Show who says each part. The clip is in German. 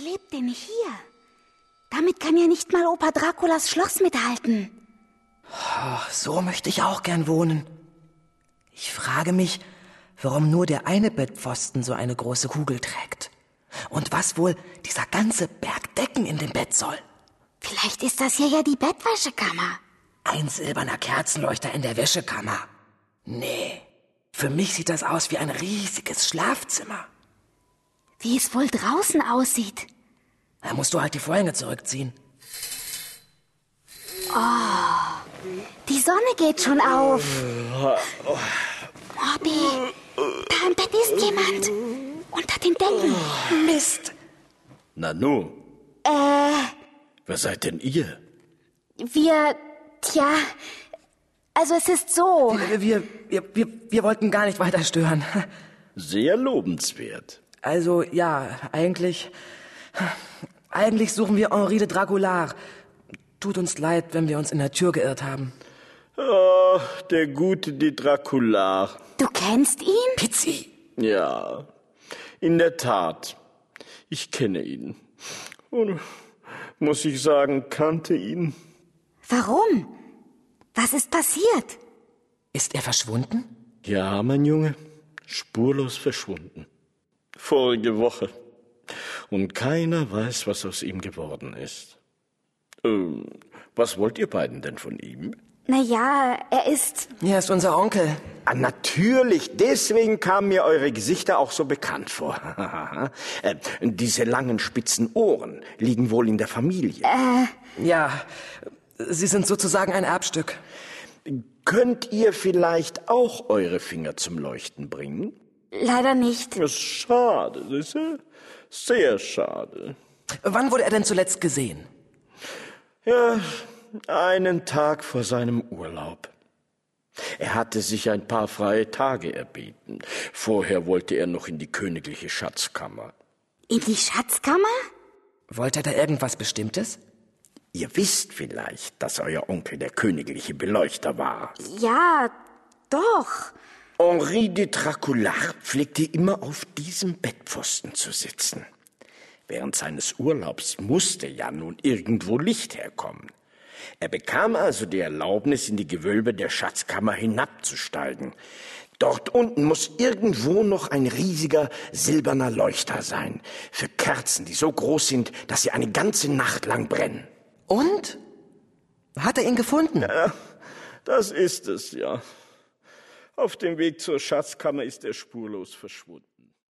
Speaker 1: lebt denn hier? Damit kann ja nicht mal Opa Draculas Schloss mithalten.
Speaker 2: Ach, so möchte ich auch gern wohnen. Ich frage mich, warum nur der eine Bettpfosten so eine große Kugel trägt. Und was wohl dieser ganze Berg Decken in dem Bett soll.
Speaker 1: Vielleicht ist das hier ja die Bettwäschekammer.
Speaker 2: Ein silberner Kerzenleuchter in der Wäschekammer. Nee, für mich sieht das aus wie ein riesiges Schlafzimmer.
Speaker 1: Wie es wohl draußen aussieht.
Speaker 2: Da musst du halt die Vorhänge zurückziehen.
Speaker 1: Die Sonne geht schon auf. Morbi, da im Bett ist jemand. Unter den Decken.
Speaker 2: Mist!
Speaker 3: Nanu. Äh. Wer seid denn ihr?
Speaker 1: Wir, tja, also es ist so.
Speaker 2: Wir, wir, wir, wir wollten gar nicht weiter stören.
Speaker 3: Sehr lobenswert.
Speaker 2: Also, ja, eigentlich. Eigentlich suchen wir Henri de Draculard. Tut uns leid, wenn wir uns in der Tür geirrt haben.
Speaker 3: Ah, der gute die Dracula.
Speaker 1: Du kennst ihn?
Speaker 2: Pizzi!
Speaker 3: Ja, in der Tat. Ich kenne ihn. Und muss ich sagen, kannte ihn.
Speaker 1: Warum? Was ist passiert?
Speaker 2: Ist er verschwunden?
Speaker 3: Ja, mein Junge, spurlos verschwunden. Vorige Woche. Und keiner weiß, was aus ihm geworden ist. Ähm, was wollt ihr beiden denn von ihm?
Speaker 1: Naja, er ist.
Speaker 2: Er ist unser Onkel.
Speaker 4: Ah, natürlich, deswegen kamen mir eure Gesichter auch so bekannt vor. Äh, Diese langen spitzen Ohren liegen wohl in der Familie.
Speaker 2: Ja, Sie sind sozusagen ein Erbstück.
Speaker 3: Könnt ihr vielleicht auch eure Finger zum Leuchten bringen?
Speaker 1: Leider nicht.
Speaker 3: Das ist schade, das ist äh, sehr schade.
Speaker 2: Wann wurde er denn zuletzt gesehen?
Speaker 3: Ja, einen Tag vor seinem Urlaub. Er hatte sich ein paar freie Tage erbeten. Vorher wollte er noch in die königliche Schatzkammer.
Speaker 1: In die Schatzkammer?
Speaker 2: Wollte er da irgendwas Bestimmtes?
Speaker 4: Ihr wisst vielleicht, dass euer Onkel der königliche Beleuchter war.
Speaker 1: Ja, doch.
Speaker 4: Henri de Draculard pflegte immer auf diesem Bettpfosten zu sitzen. Während seines Urlaubs musste ja nun irgendwo Licht herkommen. Er bekam also die Erlaubnis, in die Gewölbe der Schatzkammer hinabzusteigen. Dort unten muss irgendwo noch ein riesiger silberner Leuchter sein, für Kerzen, die so groß sind, dass sie eine ganze Nacht lang brennen.
Speaker 2: Und? Hat er ihn gefunden?
Speaker 3: Das ist es ja. Auf dem Weg zur Schatzkammer ist er spurlos verschwunden.